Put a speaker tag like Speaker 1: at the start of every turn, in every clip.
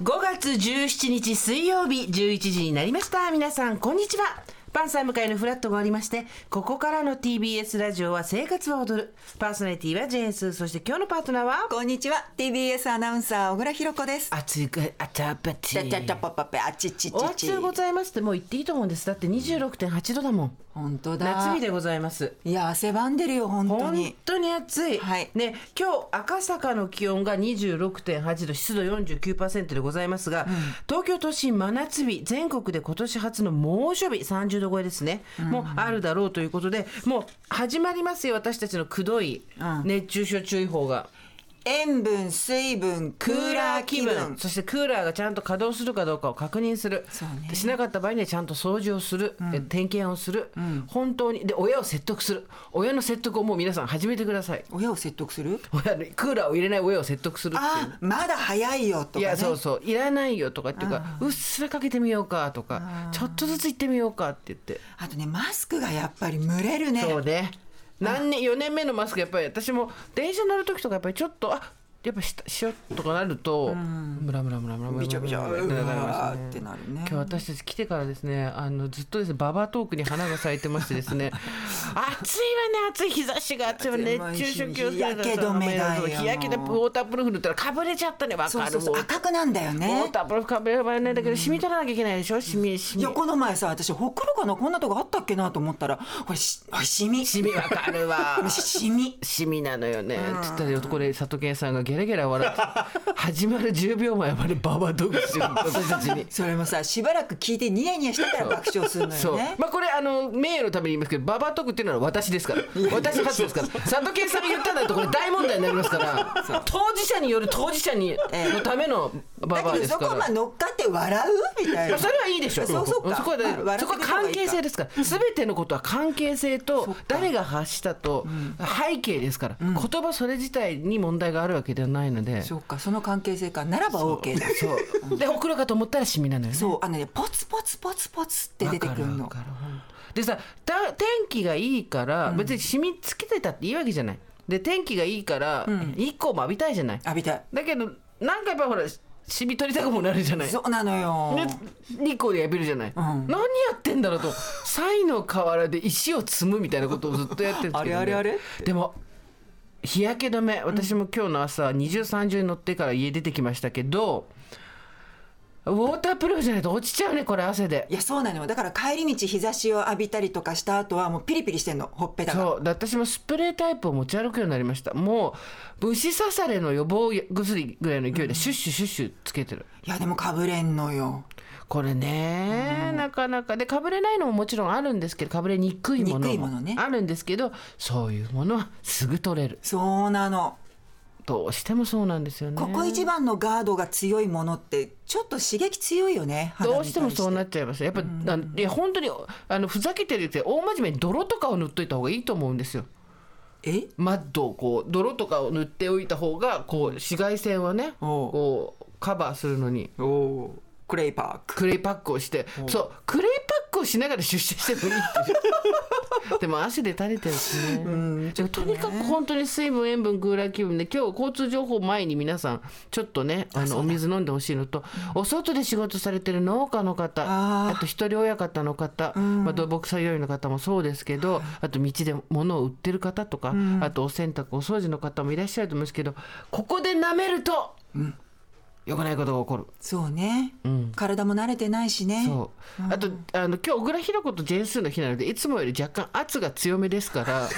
Speaker 1: 月17日水曜日11時になりました皆さんこんにちはパンサー向かいのフラットがありましてここからの TBS ラジオは生活は踊るパーソナリティはジェーンスーそして今日のパートナーは
Speaker 2: こんにちは TBS アナウンサー小倉弘子です
Speaker 1: 熱いかあたばち
Speaker 2: ちゃちゃちゃパパパあちちち
Speaker 1: お熱
Speaker 2: ち
Speaker 1: でございますってもう言っていいと思うんですだって26.8度だもん
Speaker 2: 本当だ
Speaker 1: 夏日でございます
Speaker 2: いや汗ばんでるよ本当
Speaker 1: 本
Speaker 2: に
Speaker 1: 当に暑い、
Speaker 2: はい
Speaker 1: ね、今日赤坂の気温が26.8度湿度49%でございますが、東京都心真夏日全国で今年初の猛暑日30度超えですね、もうあるだろうということでもう始まりますよ私たちのくどい
Speaker 2: うん
Speaker 1: 熱中症注意報が。
Speaker 2: 塩分水分クーラー気分
Speaker 1: そしてクーラーがちゃんと稼働するかどうかを確認する、
Speaker 2: そうね
Speaker 1: でしなかった場合にはちゃんと掃除をする、え点検をする、本当にで親を説得する親の説得をもう皆さん始めてください
Speaker 2: 親を説得する
Speaker 1: 親のクーラーを入れない親を説得するっていう。
Speaker 2: あまだ早いよとか
Speaker 1: い
Speaker 2: ね
Speaker 1: やそうそういらないよとかっていうかうっすらかけてみようかとかちょっとずつ行ってみようかって言って
Speaker 2: あとねマスクがやっぱり蒸れるね
Speaker 1: そうね何年4年目のマスクやっぱり私も電車乗る時とかやっぱりちょっとあやっぱししよっとかなるとムラムラムラムラムラ
Speaker 2: びちょびちょ
Speaker 1: ムラムラムラムラムラ
Speaker 2: わーってなるね
Speaker 1: 今日私たち来てからですねあのずっとですねババアトークに花が咲いてましてです ね暑いわね暑い日差しが暑いわね熱中症気をつけてください
Speaker 2: 日焼け止めだよ
Speaker 1: 日焼け止めウォータープルーフ塗ったらかぶれちゃったねわ
Speaker 2: そ
Speaker 1: か
Speaker 2: うそ
Speaker 1: る
Speaker 2: うそう
Speaker 1: ウォー
Speaker 2: 赤くなんだよ
Speaker 1: ウォ
Speaker 2: ね
Speaker 1: ータープルーフかぶればいないんだけど染み取らなきゃいけないでしょ染み染み
Speaker 2: いやこの前さ私ほくろかなこんなとこあったっけなと思ったらこれしこれシミ
Speaker 1: 染みわかる わ
Speaker 2: シミ
Speaker 1: シミなのよね。つったらこれ佐藤健さんがゲラゲラ笑って、始まる10秒前までババアトークしてる私たちに。
Speaker 2: それもさしばらく聞いてニヤニヤしてから爆笑するの
Speaker 1: そ
Speaker 2: よ
Speaker 1: う、
Speaker 2: ね
Speaker 1: まあこれあの名誉のために言いますけどババアトークっていうのは私ですから私初ですから佐藤健さんが言ったんだとこれ大問題になりますから当事者による当事者にのためのババ
Speaker 2: だ
Speaker 1: ア
Speaker 2: け
Speaker 1: で
Speaker 2: ど
Speaker 1: す
Speaker 2: そ
Speaker 1: か
Speaker 2: こま
Speaker 1: ら
Speaker 2: あ。乗っかって笑うみたい
Speaker 1: いや
Speaker 2: な
Speaker 1: それはいいでしょ
Speaker 2: そうそうか
Speaker 1: そこはだ
Speaker 2: まあ
Speaker 1: そこは関係性ですから全てのことは関係性と誰が発したと背景ですから、言葉それ自体に問題があるわけではないので
Speaker 2: そうかその関係性かならば OK だ
Speaker 1: そうでほくろかと思ったらシミなのよね
Speaker 2: そうあのねポツポツポツポツって出てくるの
Speaker 1: わかるわかるでさた天気がいいから別に染みつけてたっていいわけじゃないで天気がいいから日光も浴びたいじゃない、
Speaker 2: 浴びたい
Speaker 1: だけどなんかやっぱほら染み取りたくもなるじゃない
Speaker 2: そうなのよ
Speaker 1: で日光で浴びるじゃない、何やってんだろうと才の河原で石を積むみたいなことをずっとやってるんですけど、ね、
Speaker 2: あれあれあれ
Speaker 1: でも日焼け止め私も今日の朝二重三重に乗ってから家出てきましたけどウォータープルーフじゃないと落ちちゃうねこれ汗で
Speaker 2: いやそうなのよだから帰り道日差しを浴びたりとかした後はもうピリピリしてんのほっぺたが
Speaker 1: そうで私もスプレータイプを持ち歩くようになりましたもう虫刺されの予防薬ぐらいの勢いでシュッシュシュッシュつけてる、
Speaker 2: いやでもかぶれんのよ
Speaker 1: これね、なかなかでかぶれないのももちろんあるんですけどかぶれにくいもの
Speaker 2: にくいものね
Speaker 1: もあるんですけど、そういうものはすぐ取れる
Speaker 2: そうなの
Speaker 1: どうしてもそうなんですよね
Speaker 2: ここ一番のガードが強いものってちょっと刺激強いよね肌に
Speaker 1: どう
Speaker 2: 対
Speaker 1: してもそうなっちゃいますやっぱ、あのいや本当にあのふざけてるって大真面目に泥とかを塗っといた方がいいと思うんですよ
Speaker 2: え
Speaker 1: マッドをこう泥とかを塗っておいた方がこう紫外線はね
Speaker 2: おう
Speaker 1: こうカバーするのに
Speaker 2: おおクレイパーク
Speaker 1: クレイパックをしてそうクレイパックをしながら出社してもいいっていう でも汗で垂れてるしね,、とにかく本当に水分塩分クーラー気分で今日交通情報前に皆さんちょっとねあのお水飲んでほしいのと、お外で仕事されてる農家の方
Speaker 2: あ
Speaker 1: あと一人親方の方、まあ、土木作業員の方もそうですけどあと道で物を売ってる方とか、あとお洗濯お掃除の方もいらっしゃると思うんですけどここで舐めると、良くないことが起こる。
Speaker 2: そうね、体も慣れてないしね
Speaker 1: そうあとあの今日小倉弘子とジェンスーの日なのでいつもより若干圧が強めですから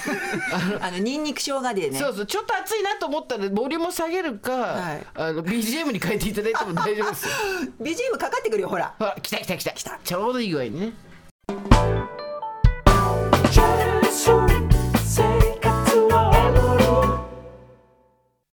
Speaker 2: あのニンニク生姜でね
Speaker 1: そうそうちょっと暑いなと思ったらボリュームを下げるか、
Speaker 2: はい
Speaker 1: あの BGM に変えていただいても大丈夫ですよ
Speaker 2: BGM かかってくるよほら
Speaker 1: あ来た来た来た来たちょうどいい具合にね
Speaker 3: Generation